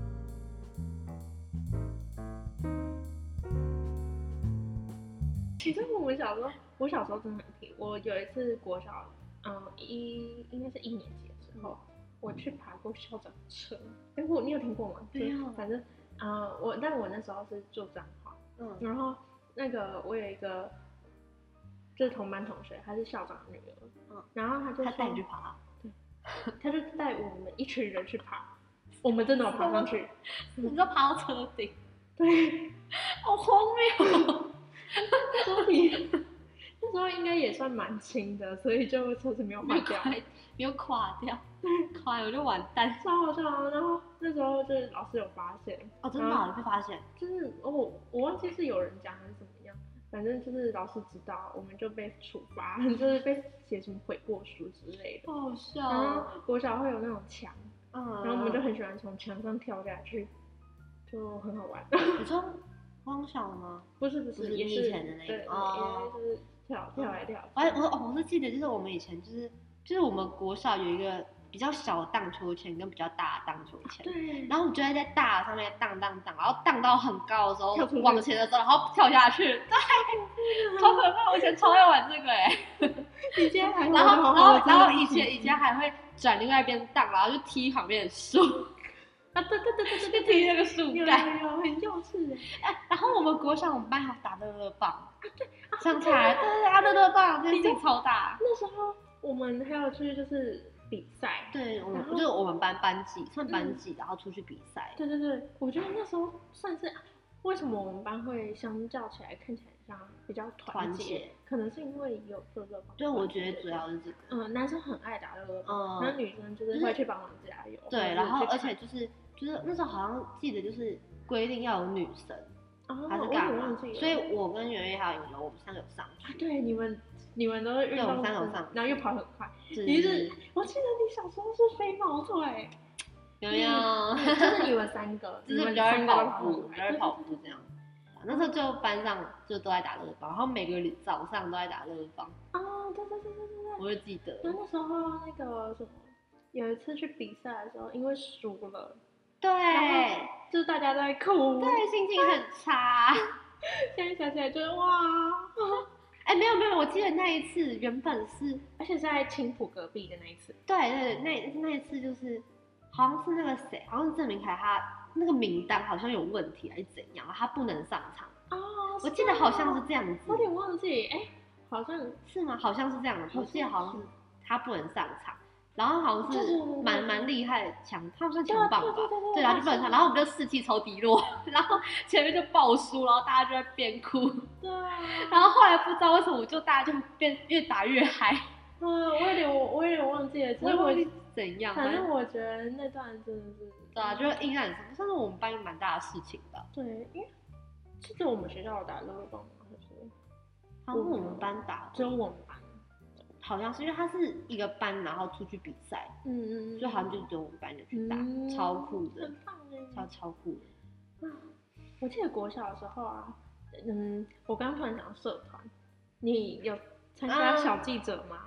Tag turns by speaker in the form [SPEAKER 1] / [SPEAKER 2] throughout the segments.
[SPEAKER 1] 其实我们小时候，我小时候真的很皮。我有一次国小，嗯，一应该是一年级的时候，
[SPEAKER 2] 嗯
[SPEAKER 1] 我去爬过校长车。哎，我你有听过吗？
[SPEAKER 2] 没有
[SPEAKER 1] 就反正，呃，我但我那时候是住彰化，
[SPEAKER 2] 嗯
[SPEAKER 1] 然后那个我有一个就是同班同学，她是校长的女儿，
[SPEAKER 2] 嗯
[SPEAKER 1] 然后她就
[SPEAKER 2] 他带你去啊
[SPEAKER 1] 说
[SPEAKER 2] 爬，
[SPEAKER 1] 她就带我们一群人去爬，我们真的有爬上去，
[SPEAKER 2] 你知道爬到车顶，
[SPEAKER 1] 对，
[SPEAKER 2] 好荒谬。
[SPEAKER 1] 所以 那时候应该也算蛮轻的，所以就车子没有
[SPEAKER 2] 没
[SPEAKER 1] 坏
[SPEAKER 2] 有
[SPEAKER 1] 掉。
[SPEAKER 2] 垮，没有垮掉，垮了我就完蛋。
[SPEAKER 1] 超好笑啊！然后那时候就是老师有发现，
[SPEAKER 2] 哦，真的啊、你被发现，
[SPEAKER 1] 就是我我忘记是有人讲还是怎么样，反正就是老师知道，我们就被处罚，就是被写什么悔过书之类的。
[SPEAKER 2] 好好笑
[SPEAKER 1] 然后
[SPEAKER 2] 哦。
[SPEAKER 1] 国小会有那种墙，
[SPEAKER 2] 嗯，
[SPEAKER 1] 然后我们就很喜欢从墙上跳下去，就很好玩。
[SPEAKER 2] 你说汪小吗？
[SPEAKER 1] 不是不
[SPEAKER 2] 不是
[SPEAKER 1] 也
[SPEAKER 2] 你
[SPEAKER 1] 是
[SPEAKER 2] 以前的那
[SPEAKER 1] 对，
[SPEAKER 2] 个哦
[SPEAKER 1] 对也就是跳跳来跳去。
[SPEAKER 2] 哎，我哦，我是记得，就是我们以前就是就是我们国小有一个比较小的荡秋千跟比较大的荡秋千，
[SPEAKER 1] 对，
[SPEAKER 2] 然后我们就会在大的上面荡荡荡，然后荡到很高的时候
[SPEAKER 1] 跳出去
[SPEAKER 2] 往前的时候，然后跳下去， 对，超可怕！我以前超爱玩这个哎、
[SPEAKER 1] 以前还
[SPEAKER 2] 然
[SPEAKER 1] 好
[SPEAKER 2] 后然后
[SPEAKER 1] 好
[SPEAKER 2] 然后
[SPEAKER 1] 玩
[SPEAKER 2] 以前以前还会转另外一边荡，然后就踢旁边的树，
[SPEAKER 1] 啊，对对对对对
[SPEAKER 2] 就踢那个树
[SPEAKER 1] 有有
[SPEAKER 2] 干。
[SPEAKER 1] 有，很幼稚的。
[SPEAKER 2] 哎，然后我们国小我们班还有打乐乐棒，想起来，对对对，啊乐乐棒，那
[SPEAKER 1] 你
[SPEAKER 2] 劲
[SPEAKER 1] 知道
[SPEAKER 2] 超大。
[SPEAKER 1] 那时候我们还有去就是比赛，
[SPEAKER 2] 对，我们
[SPEAKER 1] 然后
[SPEAKER 2] 就是我们班班级，算班
[SPEAKER 1] 嗯
[SPEAKER 2] 级，然后出去比赛。
[SPEAKER 1] 对对对，我觉得那时候算是为什么我们班会相较起来看起来像比较团
[SPEAKER 2] 团结
[SPEAKER 1] 可能是因为有乐乐棒。
[SPEAKER 2] 对，我觉得主要是这个。
[SPEAKER 1] 嗯，男生很爱打乐乐棒，
[SPEAKER 2] 嗯，
[SPEAKER 1] 然后女生就是会去帮忙加油。或者
[SPEAKER 2] 对，
[SPEAKER 1] 是
[SPEAKER 2] 然后
[SPEAKER 1] 去
[SPEAKER 2] 而且就是就是那时候好像记得就是规定要有女生
[SPEAKER 1] 看哦
[SPEAKER 2] 还是
[SPEAKER 1] 我
[SPEAKER 2] 干
[SPEAKER 1] 也
[SPEAKER 2] 嘛
[SPEAKER 1] 忘，记了
[SPEAKER 2] 所以我跟圆圆还有有我们三个有上
[SPEAKER 1] 啊
[SPEAKER 2] 去，
[SPEAKER 1] 对你们你们都是运
[SPEAKER 2] 对我
[SPEAKER 1] 动
[SPEAKER 2] 们三个
[SPEAKER 1] 生
[SPEAKER 2] 上
[SPEAKER 1] 然后又跑很快。
[SPEAKER 2] 就
[SPEAKER 1] 你是我记得你小时候是飞毛腿，
[SPEAKER 2] 圆圆啊，
[SPEAKER 1] 就是你们三个，
[SPEAKER 2] 就
[SPEAKER 1] 你
[SPEAKER 2] 是
[SPEAKER 1] 们
[SPEAKER 2] 比较
[SPEAKER 1] 三
[SPEAKER 2] 会
[SPEAKER 1] 个都
[SPEAKER 2] 跑步，
[SPEAKER 1] 很
[SPEAKER 2] 比较
[SPEAKER 1] 快
[SPEAKER 2] 会跑步这样。那时候就班上就都在打乐棒，然后每个礼早上都在打乐棒，
[SPEAKER 1] 啊！对对对对对对。
[SPEAKER 2] 我就记得。
[SPEAKER 1] 那那时候那个什么，有一次去比赛的时候，因为输了，
[SPEAKER 2] 对
[SPEAKER 1] 然就是大家都在哭。
[SPEAKER 2] 对，心情很差。
[SPEAKER 1] 现在想起来就是哇，
[SPEAKER 2] 哎，没有没有，我记得那一次原本是
[SPEAKER 1] 而且是在青浦隔壁的那一次，
[SPEAKER 2] 对对，对，那那一次就是，好像是那个谁，好像是郑明凯他那个名单好像有问题还是怎样，他不能上场。
[SPEAKER 1] 哦
[SPEAKER 2] 我记得好像是，这样子
[SPEAKER 1] 我有，点忘记，哎、好像
[SPEAKER 2] 是吗？好像是这样子，
[SPEAKER 1] 好
[SPEAKER 2] 我记得
[SPEAKER 1] 像
[SPEAKER 2] 好像是他不能上场，然后好像
[SPEAKER 1] 对
[SPEAKER 2] 是
[SPEAKER 1] 对对对
[SPEAKER 2] 蛮
[SPEAKER 1] 对
[SPEAKER 2] 蛮厉害的强，他们算
[SPEAKER 1] 对
[SPEAKER 2] 强
[SPEAKER 1] 啊
[SPEAKER 2] 棒
[SPEAKER 1] 对
[SPEAKER 2] 吧
[SPEAKER 1] 对。对啊
[SPEAKER 2] 对，然后就不能上，然后我们就士气超低落， 然后前面就爆输，然后大家就在边哭，
[SPEAKER 1] 对啊，
[SPEAKER 2] 然后后来不知道为什么就大家就变越打越嗨，
[SPEAKER 1] 嗯，我有点我我有点忘记了，只
[SPEAKER 2] 我
[SPEAKER 1] 是
[SPEAKER 2] 也忘记
[SPEAKER 1] 我
[SPEAKER 2] 怎样，
[SPEAKER 1] 反正我觉得那段真的是，
[SPEAKER 2] 对啊，就是印象很深，算是我们班蛮大的事情吧。
[SPEAKER 1] 对，因为是只有我们学校有打乐乐棒吗？还是
[SPEAKER 2] 好像是我们班打，
[SPEAKER 1] 只有我们班？
[SPEAKER 2] 好像是因为他是一个班，然后出去比赛，
[SPEAKER 1] 嗯嗯嗯，
[SPEAKER 2] 就好像就只有我们班有去打，
[SPEAKER 1] 嗯
[SPEAKER 2] 超酷的
[SPEAKER 1] 很，棒哎
[SPEAKER 2] 超超酷的。
[SPEAKER 1] 我记得国小的时候啊，嗯，我刚刚突然想到社团，你有参加
[SPEAKER 2] 啊
[SPEAKER 1] 小记者吗？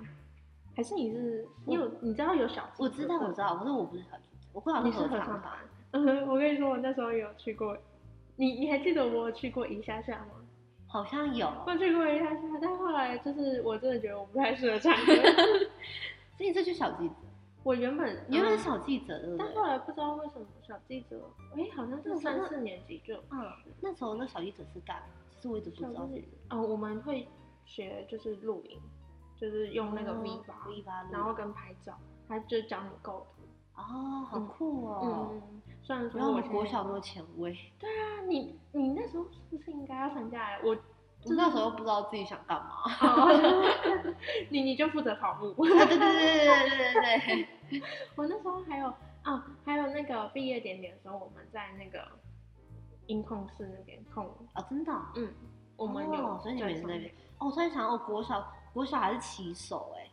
[SPEAKER 1] 还是你是你有你知道有小记者？
[SPEAKER 2] 我知道，我知道，可是我不是很，我会好
[SPEAKER 1] 你
[SPEAKER 2] 像
[SPEAKER 1] 是
[SPEAKER 2] 合
[SPEAKER 1] 合
[SPEAKER 2] 唱
[SPEAKER 1] 唱团
[SPEAKER 2] 团，。
[SPEAKER 1] 嗯，我跟你说，我那时候有去过，你你还记得我有去过一下下吗？
[SPEAKER 2] 好像有。
[SPEAKER 1] 我去过一下下，但后来就是我真的觉得我不太适合唱歌。
[SPEAKER 2] 所以这就是小记者，
[SPEAKER 1] 我原本
[SPEAKER 2] 你原
[SPEAKER 1] 嗯
[SPEAKER 2] 本是小记者对不
[SPEAKER 1] 但
[SPEAKER 2] 对？
[SPEAKER 1] 后来不知道为什么小记者，哎、好像
[SPEAKER 2] 那
[SPEAKER 1] 是
[SPEAKER 2] 我
[SPEAKER 1] 三
[SPEAKER 2] 那
[SPEAKER 1] 四年级就有
[SPEAKER 2] 嗯
[SPEAKER 1] 去
[SPEAKER 2] 那时候那小记者是干嘛，其实我一直不知道
[SPEAKER 1] 小
[SPEAKER 2] 是
[SPEAKER 1] 记嗯，我们会学就是录影，就是用那个 V 八、
[SPEAKER 2] 哦 V 八，
[SPEAKER 1] 然后跟拍照，他就教你构图。
[SPEAKER 2] 哦，好酷哦。
[SPEAKER 1] 嗯，虽然说
[SPEAKER 2] 然后我
[SPEAKER 1] 我
[SPEAKER 2] 们
[SPEAKER 1] 现
[SPEAKER 2] 国
[SPEAKER 1] 在
[SPEAKER 2] 小那么前卫，
[SPEAKER 1] 啊，你你那时候是不是应该要参加呀？ 我
[SPEAKER 2] 我那时候不知道自己想干嘛。
[SPEAKER 1] 哦你你就负责跑步。
[SPEAKER 2] 啊对对对对对对对对。
[SPEAKER 1] 我那时候还有啊，还有那个毕业典礼的时候，我们在那个音控室那边控，
[SPEAKER 2] 哦，真的啊。
[SPEAKER 1] 嗯，我们有、
[SPEAKER 2] 哦所以你们也是那边。哦，我突然想到，我国小国小还是骑手哎、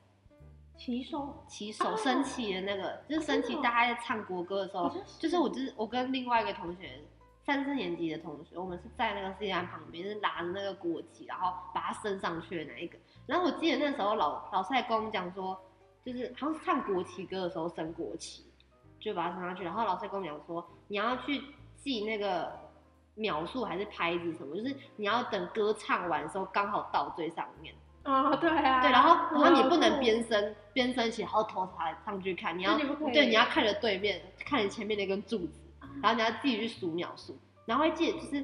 [SPEAKER 1] 骑手，
[SPEAKER 2] 骑手
[SPEAKER 1] 哦
[SPEAKER 2] 升旗的那个，就是升旗
[SPEAKER 1] 真的哦
[SPEAKER 2] 大家在唱国歌的时
[SPEAKER 1] 好
[SPEAKER 2] 候，
[SPEAKER 1] 像
[SPEAKER 2] 就是我就是我跟另外一个同学。三四年级的同学，我们是在那个世界站旁边，就是拿着那个国旗，然后把它升上去的那一个。然后我记得那时候老老师还跟我们讲说，就是好像是唱国旗歌的时候升国旗，就把它升上去。然后老师还跟我们讲说，你要去记那个秒数还是拍子什么，就是你要等歌唱完的时候刚好到最上面。
[SPEAKER 1] 啊，对啊，
[SPEAKER 2] 对，然后然后你不能
[SPEAKER 1] 嗯
[SPEAKER 2] 边升边升起，然后头抬上去看，你要
[SPEAKER 1] 对你不可以
[SPEAKER 2] 对你要看着对面，看着前面那根柱子，然后你要自己去数秒数，然后会记得就是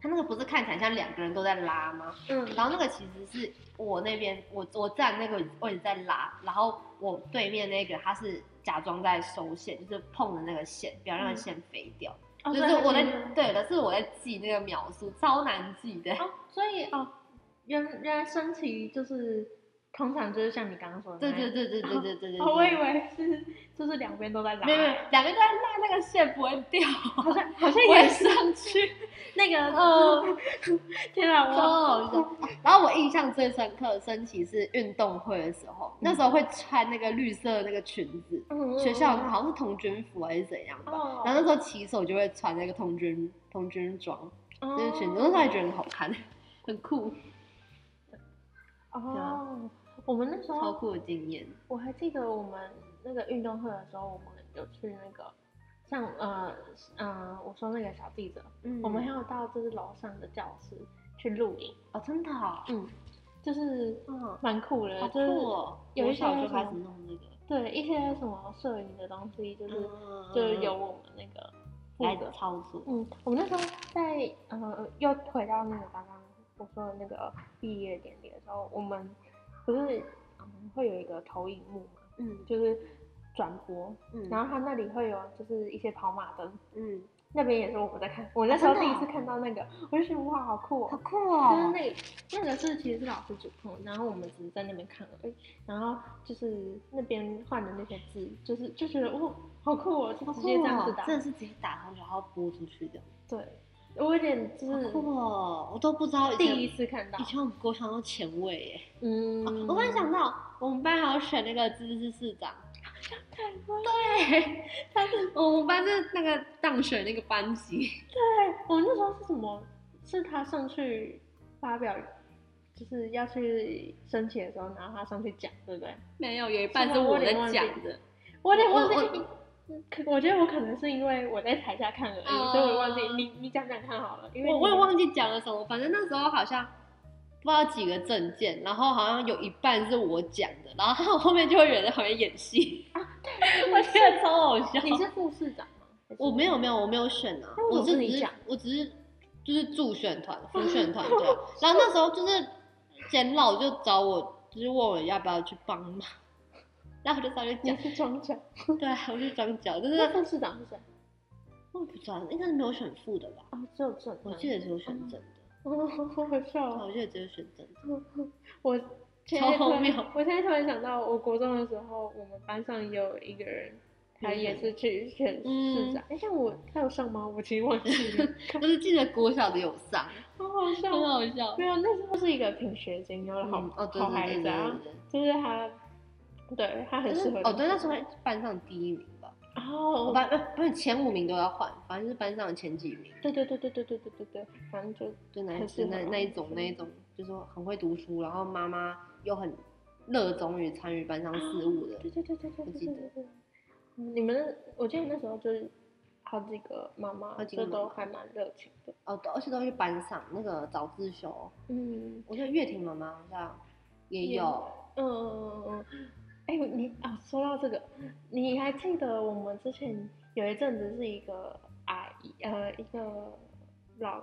[SPEAKER 2] 他那个不是看起来像两个人都在拉吗？
[SPEAKER 1] 嗯，
[SPEAKER 2] 然后那个其实是我那边我我站那个位置在拉，然后我对面那个他是假装在收线，就是碰的那个线，不要让
[SPEAKER 1] 嗯
[SPEAKER 2] 线飞掉。
[SPEAKER 1] 哦
[SPEAKER 2] 就
[SPEAKER 1] 对
[SPEAKER 2] 是
[SPEAKER 1] 它
[SPEAKER 2] 我在
[SPEAKER 1] 其实
[SPEAKER 2] 对的是我在记那个秒数，超难记的。
[SPEAKER 1] 哦，所以哦，原原来升旗就是通常就是像你刚刚说的那
[SPEAKER 2] 对
[SPEAKER 1] 样，
[SPEAKER 2] 对对对对对 对对。
[SPEAKER 1] 哦，我
[SPEAKER 2] 对
[SPEAKER 1] 以为是就是两边都在拉，
[SPEAKER 2] 没有没有，两个都在拉那个线不会 掉，
[SPEAKER 1] 好像好像
[SPEAKER 2] 我也
[SPEAKER 1] 也是
[SPEAKER 2] 上去，
[SPEAKER 1] 那个，
[SPEAKER 2] 嗯，
[SPEAKER 1] 天啊，
[SPEAKER 2] 超
[SPEAKER 1] 我
[SPEAKER 2] 好笑。哦然后我印象最深刻的升旗是运动会的时候，那时候会穿那个绿色的那个裙子，
[SPEAKER 1] 嗯
[SPEAKER 2] 学校好像是童军服还是怎样吧。
[SPEAKER 1] 哦，
[SPEAKER 2] 然后那时候骑手就会穿那个童军童军装，
[SPEAKER 1] 那
[SPEAKER 2] 就是裙子，那时候还觉得很好看， 很酷，
[SPEAKER 1] 哦，我们那时
[SPEAKER 2] 啊超
[SPEAKER 1] 候
[SPEAKER 2] 酷的经验。
[SPEAKER 1] 我还记得我们那个运动会的时候，我们有去那个。像呃呃，我说那个小记者，
[SPEAKER 2] 嗯
[SPEAKER 1] 我们还有到就是楼上的教室去录影，
[SPEAKER 2] 哦，真的哦，
[SPEAKER 1] 嗯，就是
[SPEAKER 2] 嗯，
[SPEAKER 1] 蛮酷的，
[SPEAKER 2] 好
[SPEAKER 1] 就
[SPEAKER 2] 酷
[SPEAKER 1] 是
[SPEAKER 2] 哦！
[SPEAKER 1] 有
[SPEAKER 2] 我
[SPEAKER 1] 一些
[SPEAKER 2] 小就
[SPEAKER 1] 什
[SPEAKER 2] 开
[SPEAKER 1] 么
[SPEAKER 2] 始弄那个，
[SPEAKER 1] 对一些什么摄影的东西，就是、
[SPEAKER 2] 嗯
[SPEAKER 1] 就是由我们那个负
[SPEAKER 2] 来
[SPEAKER 1] 责。
[SPEAKER 2] 操作。
[SPEAKER 1] 嗯，我们那时候在呃，又回到那个刚刚我说的那个毕业典礼的时候，我们不是嗯会有一个投影幕嘛，
[SPEAKER 2] 嗯
[SPEAKER 1] 就是转播，
[SPEAKER 2] 嗯，
[SPEAKER 1] 然后它那里会有就是一些跑马灯，
[SPEAKER 2] 嗯，
[SPEAKER 1] 那边也是我们在看，我那时候
[SPEAKER 2] 真
[SPEAKER 1] 第
[SPEAKER 2] 的
[SPEAKER 1] 一
[SPEAKER 2] 哦
[SPEAKER 1] 次看到那个，我就觉得哇好酷、哦，
[SPEAKER 2] 好酷
[SPEAKER 1] 就是
[SPEAKER 2] 哦！
[SPEAKER 1] 那个那个是其实是老师主控，然后我们只是在那边看而已，然后就是那边换的那些字，就是就觉得哇，好酷哦，就
[SPEAKER 2] 好
[SPEAKER 1] 直
[SPEAKER 2] 酷
[SPEAKER 1] 接这样子
[SPEAKER 2] 哦！
[SPEAKER 1] 打，
[SPEAKER 2] 真的是直接打上去，然后播出去的，
[SPEAKER 1] 对，我有点就
[SPEAKER 2] 好
[SPEAKER 1] 是
[SPEAKER 2] 酷哦！我都不知道以前
[SPEAKER 1] 第一次看到
[SPEAKER 2] 以，前我们国强都前卫耶。
[SPEAKER 1] 嗯，
[SPEAKER 2] 哦我突然想到，我们班还有选那个知识市长，
[SPEAKER 1] 对，
[SPEAKER 2] 对，他是我们班是那个当选那个班级，
[SPEAKER 1] 我们那时候是什么？是他上去发表，就是要去申请的时候，然后他上去讲，对不对？
[SPEAKER 2] 没有有一半
[SPEAKER 1] 是
[SPEAKER 2] 是
[SPEAKER 1] 吗我
[SPEAKER 2] 我
[SPEAKER 1] 有
[SPEAKER 2] 在
[SPEAKER 1] 点忘记
[SPEAKER 2] 讲的，
[SPEAKER 1] 我有点忘
[SPEAKER 2] 我
[SPEAKER 1] 记。可我觉得我可能是因为我在台下看而已，所以我忘记你你讲讲看好了，因为
[SPEAKER 2] 我我也
[SPEAKER 1] 你
[SPEAKER 2] 忘记讲了什么，反正那时候好像不知道几个证件，然后好像有一半是我讲的，然后后面就会有人在旁边 演戏，我觉得超好笑。
[SPEAKER 1] 你是副市长吗？还是
[SPEAKER 2] 我没有没有我没有选啊
[SPEAKER 1] 那，为什
[SPEAKER 2] 我
[SPEAKER 1] 么不
[SPEAKER 2] 是
[SPEAKER 1] 你
[SPEAKER 2] 只是
[SPEAKER 1] 讲
[SPEAKER 2] 我只是就是助选团、辅选团对啊、然后那时候就是简老就找我，就是问我要不要去帮忙，然后我就上去
[SPEAKER 1] 你
[SPEAKER 2] 讲，
[SPEAKER 1] 是庄 长，
[SPEAKER 2] 对啊，我就装脚，就是
[SPEAKER 1] 那副市长是谁？
[SPEAKER 2] 我也不知道，应该是没有选副的吧？
[SPEAKER 1] 啊，只有正。
[SPEAKER 2] 我记哦得只有选正的，
[SPEAKER 1] 哦， 好好笑
[SPEAKER 2] 对啊
[SPEAKER 1] 哦。
[SPEAKER 2] 我记得只有选正的。
[SPEAKER 1] 我现在
[SPEAKER 2] 超
[SPEAKER 1] 突然
[SPEAKER 2] 荒谬
[SPEAKER 1] 我现在突然想到，我国中的时候，我们班上也有一个人，他也是去选
[SPEAKER 2] 嗯
[SPEAKER 1] 市长。哎，像我，他有上吗？我其实忘记 了，
[SPEAKER 2] 我是记得国小的有上，
[SPEAKER 1] 好好笑
[SPEAKER 2] 很
[SPEAKER 1] 哦。
[SPEAKER 2] 好笑。
[SPEAKER 1] 没有，那时候是一个品学兼优的好
[SPEAKER 2] 嗯哦，对
[SPEAKER 1] 好
[SPEAKER 2] 对
[SPEAKER 1] 孩
[SPEAKER 2] 对
[SPEAKER 1] 子
[SPEAKER 2] 对
[SPEAKER 1] 啊
[SPEAKER 2] 对，对
[SPEAKER 1] 就是他，对他很
[SPEAKER 2] 但
[SPEAKER 1] 适
[SPEAKER 2] 是
[SPEAKER 1] 合。
[SPEAKER 2] 哦，对，那时候班上第一名吧，
[SPEAKER 1] 哦，
[SPEAKER 2] 我班呃不不是前五名都要换，反正是班上的前几名，
[SPEAKER 1] 对对对对对对对对对，反正就
[SPEAKER 2] 就那
[SPEAKER 1] 很适
[SPEAKER 2] 就那
[SPEAKER 1] 合
[SPEAKER 2] 那一种那一种，就是说很会读书，然后妈妈又很热衷于参与班
[SPEAKER 1] 啊
[SPEAKER 2] 上事务的
[SPEAKER 1] 对，对对对对
[SPEAKER 2] 我
[SPEAKER 1] 对
[SPEAKER 2] 记
[SPEAKER 1] 对
[SPEAKER 2] 得
[SPEAKER 1] 对对。嗯你们那，我记得那时候就是好几个妈妈，
[SPEAKER 2] 好几个
[SPEAKER 1] 就
[SPEAKER 2] 妈
[SPEAKER 1] 都
[SPEAKER 2] 妈
[SPEAKER 1] 还蛮热情的。
[SPEAKER 2] 哦，都而且都去班上那个早自修，
[SPEAKER 1] 嗯
[SPEAKER 2] 我觉得月婷妈妈好像也
[SPEAKER 1] 也
[SPEAKER 2] 有，
[SPEAKER 1] 嗯嗯嗯嗯。哎、你啊，说到这个，你还记得我们之前有一阵子是一个阿姨，呃，一个老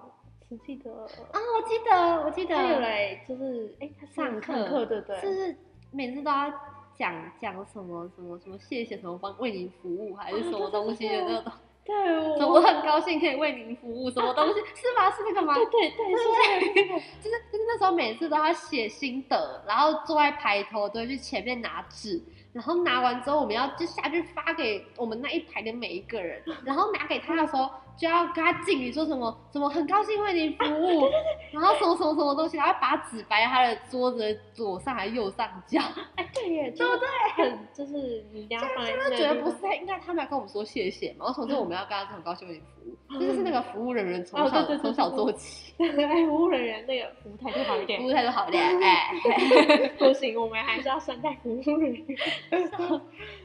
[SPEAKER 1] 慈济的，
[SPEAKER 2] 啊，我记得我记得
[SPEAKER 1] 她有来就是哎，她、
[SPEAKER 2] 上
[SPEAKER 1] 课
[SPEAKER 2] 课
[SPEAKER 1] 课对不对？
[SPEAKER 2] 是不是每次都要讲讲什么什么什么谢谢什么帮为您服务还是什么东西的 那种，
[SPEAKER 1] 啊 对，我
[SPEAKER 2] 什么很高兴可以为您服务什么东西是吗？是 那个吗？
[SPEAKER 1] 对对对，是这个，
[SPEAKER 2] 就是就是那时候每次都要写心得，然后坐在排头都会去前面拿纸，然后拿完之后我们要就下去发给我们那一排的每一个人，然后拿给他的时候就要跟他敬礼，说什么什么很高兴为您服务，然后什么什么什么东西，然后把纸摆在他的桌子的左上还是右上角，
[SPEAKER 1] 哎、对耶，对不对？很就是你家放在
[SPEAKER 2] 他
[SPEAKER 1] 那
[SPEAKER 2] 觉得
[SPEAKER 1] 地
[SPEAKER 2] 不
[SPEAKER 1] 方
[SPEAKER 2] 是应该他们来跟我们说谢谢嘛，然后从此我们要跟他说很高兴为您服务，这就是那个服务人员从
[SPEAKER 1] 嗯哦对
[SPEAKER 2] 小
[SPEAKER 1] 对对
[SPEAKER 2] 从小
[SPEAKER 1] 对对
[SPEAKER 2] 做起，
[SPEAKER 1] 哎，服务人员那个服务态度好一点
[SPEAKER 2] 服。务态度好的哎。
[SPEAKER 1] 不行，我们还是要善待服务人员。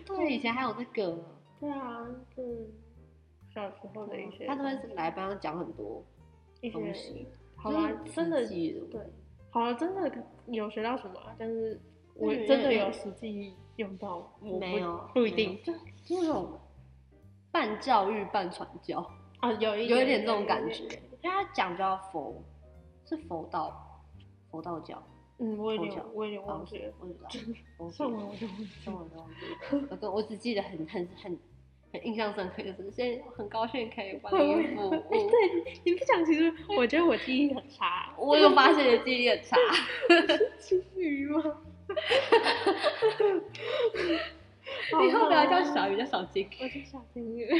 [SPEAKER 2] 对，以前还有那个。
[SPEAKER 1] 对啊，就是小时候的一些，
[SPEAKER 2] 哦他都会来班上讲很多
[SPEAKER 1] 一些
[SPEAKER 2] 东西。
[SPEAKER 1] 好啦，
[SPEAKER 2] 就是
[SPEAKER 1] 真的
[SPEAKER 2] 实际的
[SPEAKER 1] 对，好了，真的有学到什么、啊，但是我
[SPEAKER 2] 嗯
[SPEAKER 1] 真的
[SPEAKER 2] 嗯
[SPEAKER 1] 有
[SPEAKER 2] 嗯
[SPEAKER 1] 实际用到吗，我
[SPEAKER 2] 没
[SPEAKER 1] 不
[SPEAKER 2] 有，
[SPEAKER 1] 不一
[SPEAKER 2] 没有
[SPEAKER 1] 定，
[SPEAKER 2] 就就那种半教育半传教，
[SPEAKER 1] 啊，有一
[SPEAKER 2] 有一点这种
[SPEAKER 1] 有
[SPEAKER 2] 感
[SPEAKER 1] 有有
[SPEAKER 2] 觉。因为他讲叫佛，是佛道，佛道教，
[SPEAKER 1] 嗯，我有
[SPEAKER 2] 口
[SPEAKER 1] 点
[SPEAKER 2] 角，
[SPEAKER 1] 我有点忘
[SPEAKER 2] 当
[SPEAKER 1] 记
[SPEAKER 2] 时
[SPEAKER 1] 了，
[SPEAKER 2] 我也不 知道，我
[SPEAKER 1] 哦算
[SPEAKER 2] 忘
[SPEAKER 1] 完
[SPEAKER 2] 记
[SPEAKER 1] 我就忘记
[SPEAKER 2] 了中文都忘记了，我跟我只记得很很很很印象深刻，就是现在很高兴可以玩
[SPEAKER 1] 会
[SPEAKER 2] 音符
[SPEAKER 1] 哎、， 对你不讲，其实我觉得我记忆很差，
[SPEAKER 2] 我有发现你的记忆 很差，
[SPEAKER 1] 金鱼吗？
[SPEAKER 2] 以后不要叫
[SPEAKER 1] 小。
[SPEAKER 2] 小鱼，叫小金。
[SPEAKER 1] 我是小金鱼。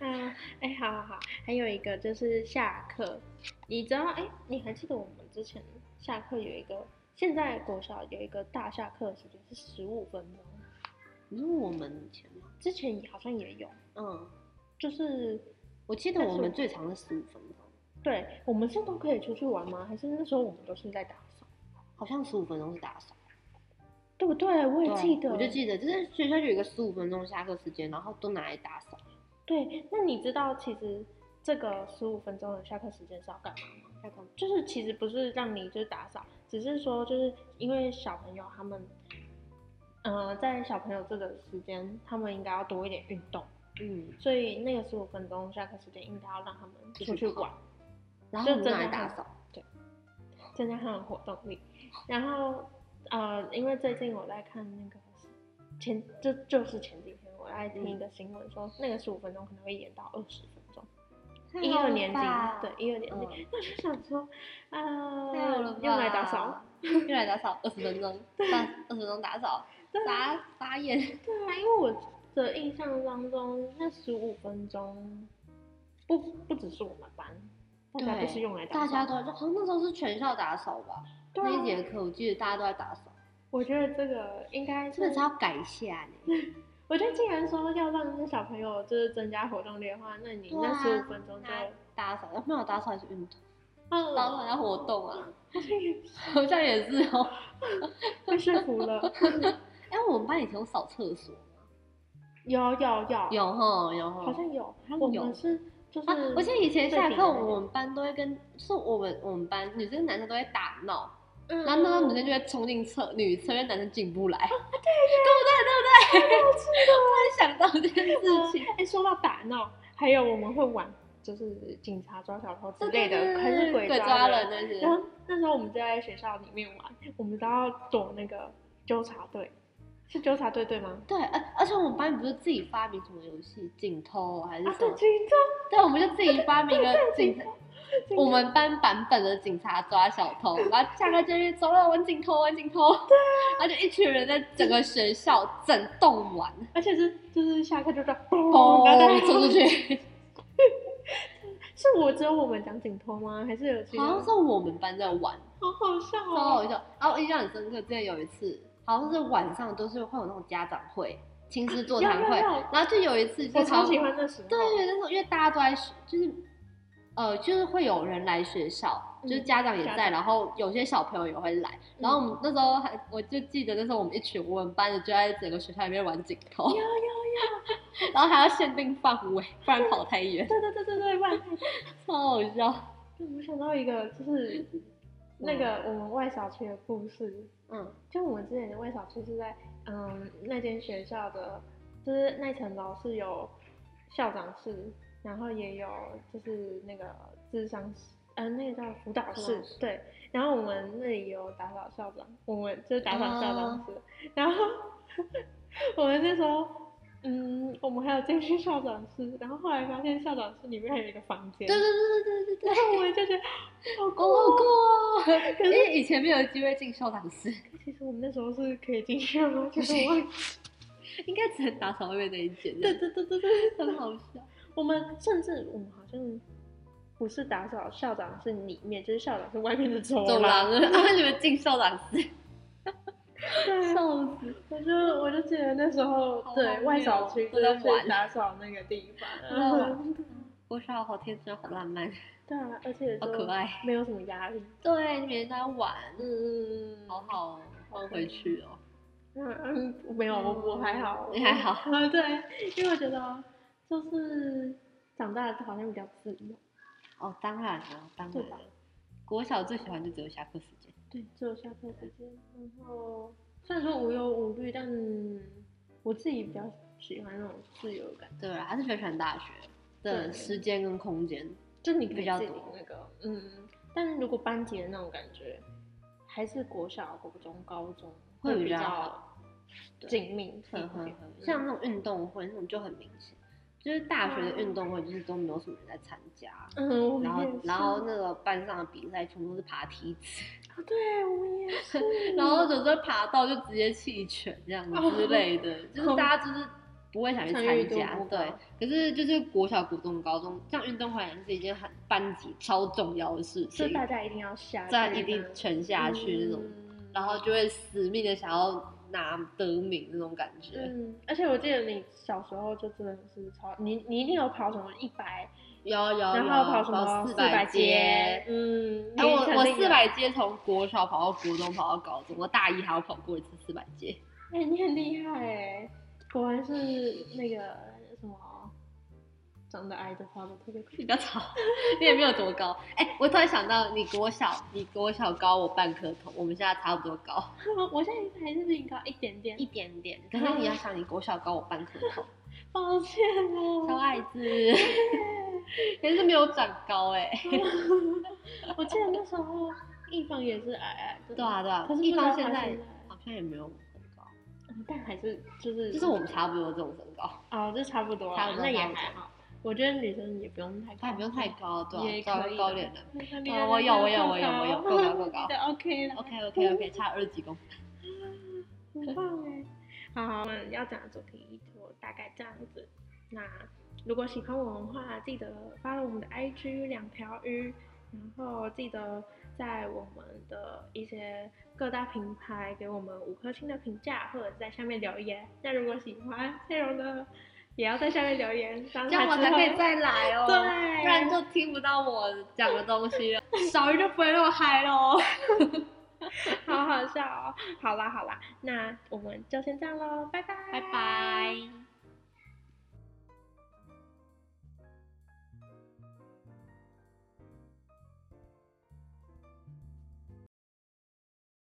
[SPEAKER 1] 嗯，哎、好好好，还有一个就是下课，你知道，哎、你还记得我们之前下课有一个，现在国小有一个大下课的时间是十五分钟，
[SPEAKER 2] 你说我们以前吗？
[SPEAKER 1] 之前也好像也有，
[SPEAKER 2] 嗯，
[SPEAKER 1] 就是
[SPEAKER 2] 我记得
[SPEAKER 1] 但是
[SPEAKER 2] 我们
[SPEAKER 1] 我
[SPEAKER 2] 最长是十五分钟，
[SPEAKER 1] 对我们现在都可以出去玩吗？还是那时候我们都是在打扫，
[SPEAKER 2] 好像十五分钟是打扫。
[SPEAKER 1] 对不对？我也
[SPEAKER 2] 对啊
[SPEAKER 1] 记得，
[SPEAKER 2] 我就记得，就是学校有一个十五分钟下课时间，然后都拿来打扫，
[SPEAKER 1] 对，那你知道其实这个十五分钟的下课时间是要干嘛吗？
[SPEAKER 2] 要干嘛
[SPEAKER 1] 就是其实不是让你就是打扫，只是说就是因为小朋友他们，呃，在小朋友这个时间，他们应该要多一点运动，
[SPEAKER 2] 嗯，
[SPEAKER 1] 所以那个十五分钟下课时间应该要让他们出去玩，
[SPEAKER 2] 然后
[SPEAKER 1] 就
[SPEAKER 2] 我们
[SPEAKER 1] 真
[SPEAKER 2] 拿来
[SPEAKER 1] 的
[SPEAKER 2] 打
[SPEAKER 1] 很
[SPEAKER 2] 扫，
[SPEAKER 1] 增加他们的活动力。然后呃，因为最近我在看那个前，就就是前几天我在听一个新闻说，那个十五分钟可能会延到二十分钟。一二年级，对，一二年级，那我就想说，啊，
[SPEAKER 2] 嗯太好了吧，
[SPEAKER 1] 用来打扫，，
[SPEAKER 2] 用来打扫二十分钟，打二十分钟打扫，眨眨眼，
[SPEAKER 1] 对啊，因为我的印象当中，那十五分钟，不不只是我们班，大家都是用来打
[SPEAKER 2] 大
[SPEAKER 1] 扫，
[SPEAKER 2] 家都好像那时候是全校打扫吧，
[SPEAKER 1] 对
[SPEAKER 2] 那一
[SPEAKER 1] 啊，
[SPEAKER 2] 节课我记得大家都在打扫，
[SPEAKER 1] 我觉得这个应该
[SPEAKER 2] 真的
[SPEAKER 1] 是
[SPEAKER 2] 是，要改一下呢，
[SPEAKER 1] 我觉得既然说要让那小朋友就是增加活动力的话，那你
[SPEAKER 2] 对
[SPEAKER 1] 那
[SPEAKER 2] 啊
[SPEAKER 1] 十五分钟就，
[SPEAKER 2] 大家打扫，没有打扫也是运动，打扫
[SPEAKER 1] 嗯，
[SPEAKER 2] 要活动啊，好像也是哦，
[SPEAKER 1] 被说服了，
[SPEAKER 2] 哎，我们班以前有扫厕所吗。
[SPEAKER 1] 有有有，
[SPEAKER 2] 有吼有吼，
[SPEAKER 1] 好像有
[SPEAKER 2] 像，
[SPEAKER 1] 我
[SPEAKER 2] 有
[SPEAKER 1] 们是就是
[SPEAKER 2] 啊，我记得以前
[SPEAKER 1] 最
[SPEAKER 2] 下
[SPEAKER 1] 顶
[SPEAKER 2] 课
[SPEAKER 1] 的那
[SPEAKER 2] 我们班都会跟，是我们我们班女生男生都会打闹，
[SPEAKER 1] 嗯，
[SPEAKER 2] 然后那时候女生就会冲进厕女厕，因为男生进不来，对对对不对？对不对？我突然想到这件事情，
[SPEAKER 1] 哎、说到打闹，还有我们会玩，就是警察抓小偷之类的，还是
[SPEAKER 2] 鬼
[SPEAKER 1] 鬼抓
[SPEAKER 2] 抓
[SPEAKER 1] 人。
[SPEAKER 2] 人那些
[SPEAKER 1] 然，后那时候我们就在学校里面玩，我们都要躲那个纠察队，是纠察队对吗？
[SPEAKER 2] 对，而而且我们班不是自己发明什么游戏，警偷还是
[SPEAKER 1] 啊，
[SPEAKER 2] 什
[SPEAKER 1] 对，
[SPEAKER 2] 么？
[SPEAKER 1] 警察，
[SPEAKER 2] 对，我们就自己发明了警
[SPEAKER 1] 警
[SPEAKER 2] 察
[SPEAKER 1] 察。
[SPEAKER 2] 我们班版本的警察抓小偷，然后下课就去走了玩警偷，玩警偷，对、然后就一群人在整个学校整栋玩，
[SPEAKER 1] 而且是就是下课就这样砰，大家
[SPEAKER 2] 砰哦冲出。去。
[SPEAKER 1] 是我只有我们讲警偷吗？还是有其
[SPEAKER 2] 好
[SPEAKER 1] 他？
[SPEAKER 2] 像是我们班在玩，
[SPEAKER 1] 好好笑
[SPEAKER 2] 超
[SPEAKER 1] 哦！
[SPEAKER 2] 好笑。然后我印象很深刻，之前有一次，好像是晚上都是会有那种家长会、亲子座谈会，
[SPEAKER 1] 啊有有有
[SPEAKER 2] 然后就有一次就
[SPEAKER 1] 我
[SPEAKER 2] 是他
[SPEAKER 1] 超
[SPEAKER 2] 们
[SPEAKER 1] 喜欢那时候。
[SPEAKER 2] 对，那时候因为大家都在学，就是呃，就是会有人来学校，就是
[SPEAKER 1] 嗯
[SPEAKER 2] 家长也
[SPEAKER 1] 家
[SPEAKER 2] 在，
[SPEAKER 1] 长
[SPEAKER 2] 然后有些小朋友也会来。然后我们那时候还，我就记得那时候我们一群我们班的就在整个学校里面玩警头，
[SPEAKER 1] 有有有，
[SPEAKER 2] 然后还要限定范围，不然跑太远，
[SPEAKER 1] 对对对对对， 万
[SPEAKER 2] 超好笑。
[SPEAKER 1] 我想到一个，就是那个我们外小区的故事。
[SPEAKER 2] 嗯，
[SPEAKER 1] 就我们之前的外小区是在嗯那间学校的，就是那层楼是有校长室，然后也有就是那个智商室，呃，那个叫辅导
[SPEAKER 2] 辅
[SPEAKER 1] 室
[SPEAKER 2] 导室，
[SPEAKER 1] 对。然后我们那里也有打扫校长，我们就是打扫校
[SPEAKER 2] 哦
[SPEAKER 1] 长室。然后 我们那时候，嗯，我们还有进去校长室，然后后来发现校长室里面还有一个房间，
[SPEAKER 2] 对对对对对对
[SPEAKER 1] 然
[SPEAKER 2] 对，
[SPEAKER 1] 后我们就觉得好酷
[SPEAKER 2] 好
[SPEAKER 1] 哦。
[SPEAKER 2] 酷哦！因为以前没有机会进校长室，
[SPEAKER 1] 其实我们那时候是可以进去的吗？就是我忘记。
[SPEAKER 2] 应该只能打扫外面那一间，
[SPEAKER 1] 对，对对对对，
[SPEAKER 2] 很好笑。
[SPEAKER 1] 我们甚至我们好像不是打扫校长是里面，就是校长是外面的走
[SPEAKER 2] 走
[SPEAKER 1] 廊。
[SPEAKER 2] 廊，然 后你们进校长室，
[SPEAKER 1] 对啊，
[SPEAKER 2] 笑死。
[SPEAKER 1] 我就我就记得那时候
[SPEAKER 2] 好荒
[SPEAKER 1] 对
[SPEAKER 2] 谬哦
[SPEAKER 1] 外小区
[SPEAKER 2] 都
[SPEAKER 1] 就
[SPEAKER 2] 在
[SPEAKER 1] 是
[SPEAKER 2] 玩
[SPEAKER 1] 去打扫那个地方，然
[SPEAKER 2] 嗯
[SPEAKER 1] 后
[SPEAKER 2] 我小好天真，好浪漫，
[SPEAKER 1] 对啊，而且
[SPEAKER 2] 好
[SPEAKER 1] 就
[SPEAKER 2] 可爱。
[SPEAKER 1] 没有什么压力。
[SPEAKER 2] 对，每天在玩，
[SPEAKER 1] 嗯
[SPEAKER 2] 好。好哦，放回去哦。
[SPEAKER 1] 嗯，嗯没有，我我还好，嗯
[SPEAKER 2] 你还好。
[SPEAKER 1] 啊，对，因为我觉得就是长大了好像比较自由。
[SPEAKER 2] 哦，当然了，当
[SPEAKER 1] 对
[SPEAKER 2] 然
[SPEAKER 1] 吧
[SPEAKER 2] 了。国小最喜欢就只有下课时间，
[SPEAKER 1] 对，只有下课时间。然后虽然说无忧无虑，但我自己比较喜欢那种自由感，
[SPEAKER 2] 对啦，还是比较喜欢大学的
[SPEAKER 1] 对
[SPEAKER 2] 时间跟空间。
[SPEAKER 1] 就你可以
[SPEAKER 2] 比较
[SPEAKER 1] 自己
[SPEAKER 2] 多
[SPEAKER 1] 那个，嗯。但如果班级的那种感觉，还是国小、国中、高中
[SPEAKER 2] 会比
[SPEAKER 1] 比
[SPEAKER 2] 较
[SPEAKER 1] 较
[SPEAKER 2] 好对
[SPEAKER 1] 紧密一
[SPEAKER 2] 呵呵
[SPEAKER 1] 点
[SPEAKER 2] 呵，，像
[SPEAKER 1] 像
[SPEAKER 2] 那种运动会那种就很明显，就是大学的
[SPEAKER 1] 嗯
[SPEAKER 2] 运动会就是都没有什么人在参加，
[SPEAKER 1] 嗯，我
[SPEAKER 2] 然后
[SPEAKER 1] 也是
[SPEAKER 2] 然后那个班上的比赛全部都是爬梯子，，
[SPEAKER 1] 啊，对我也是
[SPEAKER 2] 然后有时候爬到就直接弃权这样
[SPEAKER 1] 哦
[SPEAKER 2] 之类的， 就是大家就是不会想去
[SPEAKER 1] 参与
[SPEAKER 2] 参
[SPEAKER 1] 度
[SPEAKER 2] 加
[SPEAKER 1] 不，
[SPEAKER 2] 对
[SPEAKER 1] 高。
[SPEAKER 2] 可是就是国小、国中、高中这样运动会好像是一件很班级超重要的事
[SPEAKER 1] 所
[SPEAKER 2] 情
[SPEAKER 1] 以，大家一定要下去，
[SPEAKER 2] 在一定沉下去那种，
[SPEAKER 1] 嗯
[SPEAKER 2] 然后就会死命的想要拿得名那种感觉。
[SPEAKER 1] 嗯，而且我记得你小时候就真的是超，你你一定有跑什么一百，
[SPEAKER 2] 有有有，
[SPEAKER 1] 然后跑什么
[SPEAKER 2] 啊四
[SPEAKER 1] 百
[SPEAKER 2] 街。
[SPEAKER 1] 嗯，
[SPEAKER 2] 然后我我四
[SPEAKER 1] 哎
[SPEAKER 2] 百街从国小跑到国中，跑到高中，我大一还有跑过一次四百街。，
[SPEAKER 1] 欸你很厉害哎，果然是那个什么，长得矮的跑得特别快
[SPEAKER 2] 你，不要吵，你也没有多高。哎、我突然想到，你国小，你国小高我半颗头，我们现在差不多高
[SPEAKER 1] 我现在还是比你高一点点
[SPEAKER 2] 一，点点。可是你要想，你国小高我半颗 头，
[SPEAKER 1] 抱歉
[SPEAKER 2] 小
[SPEAKER 1] 哦。
[SPEAKER 2] 矮子，可是没有长高哎、
[SPEAKER 1] 我记得那时候一方也是矮矮的，
[SPEAKER 2] 对啊对啊，
[SPEAKER 1] 可是
[SPEAKER 2] 一
[SPEAKER 1] 不知
[SPEAKER 2] 方
[SPEAKER 1] 道
[SPEAKER 2] 现
[SPEAKER 1] 他
[SPEAKER 2] 在
[SPEAKER 1] 现在
[SPEAKER 2] 好像也没有我很高，
[SPEAKER 1] 但还是就是
[SPEAKER 2] 就是我们差不多这种身高，
[SPEAKER 1] 哦，这差不多
[SPEAKER 2] 差
[SPEAKER 1] 啦
[SPEAKER 2] 不，多
[SPEAKER 1] 那也
[SPEAKER 2] 差不多
[SPEAKER 1] 还好。我觉得女生也不用太高，
[SPEAKER 2] 但也不用太高，对啊，
[SPEAKER 1] 也
[SPEAKER 2] 高
[SPEAKER 1] 可以
[SPEAKER 2] 高
[SPEAKER 1] 的
[SPEAKER 2] 点的。哦
[SPEAKER 1] 啊
[SPEAKER 2] 我有我有我有我有够高 够高
[SPEAKER 1] 的 OK 了
[SPEAKER 2] OK OK OK，差二十几公分。
[SPEAKER 1] 很 棒哎。好好，我们要讲的主题就大概这样子。那如果喜欢我们的话，记得 follow 我们的 IG 两条鱼，然后记得在我们的一些各大平台给我们五颗星的评价，或者在下面留言。那如果喜欢内容的，也要在下面留言，这
[SPEAKER 2] 这样我才可以再来哦，
[SPEAKER 1] 对
[SPEAKER 2] 不然就听不到我讲的东西 了，小鱼就不会那么嗨喽。
[SPEAKER 1] 好好笑哦。好啦好啦，那我们就先这样喽，拜拜，
[SPEAKER 2] 拜。拜。